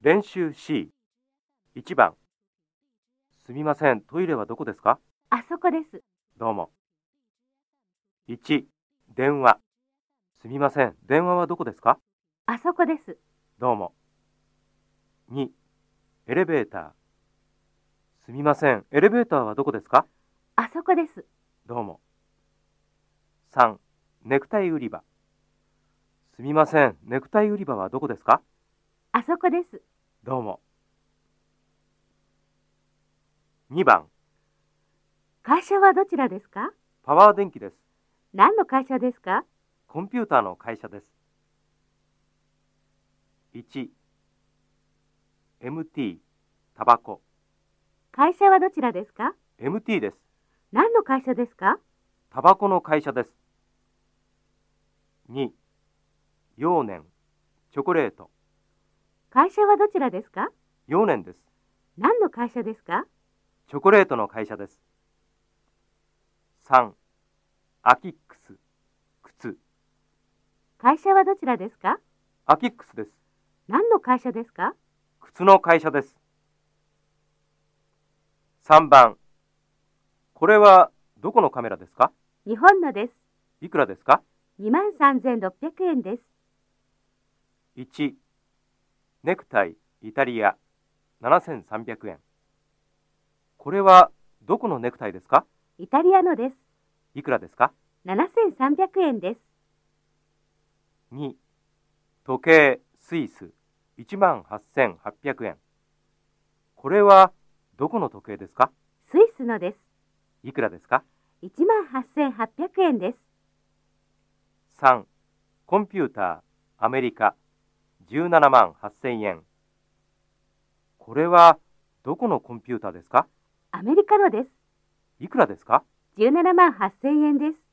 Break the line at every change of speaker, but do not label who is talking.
練習 C。1番。すみません、トイレはどこですか
あそこです。
どうも。1、電話。すみません、電話はどこですか
あそこです。
どうも。2、エレベーター。すみません、エレベーターはどこですか
あそこです。
どうも。3、ネクタイ売り場。すみません、ネクタイ売り場はどこですか
あそこです。
どうも。2番、
会社はどちらですか
パワー電気です。
何の会社ですか
コンピューターの会社です。1、MT、タバコ。
会社はどちらですか
MT です。
何の会社ですか
タバコの会社です。2、幼年、チョコレート。
会社はどちらですか
幼年です。
何の会社ですか
チョコレートの会社です。3、アキックス、靴。
会社はどちらですか
アキックスです。
何の会社ですか
靴の会社です。3番、これはどこのカメラですか
日本のです。
いくらですか
2万3600円です。
?1、ネクタイ、イタリア、7300円。これはどこのネクタイですか
イタリアのです。
いくらですか
7300円です。
?2、時計、スイス、18800円。これはどこの時計ですか
スイスのです。
いくらですか
1 8800円です。
3コンピューターアメリカ17万8000円これはどこのコンピューターですか
アメリカのです。
いくらですか
17万8000円です。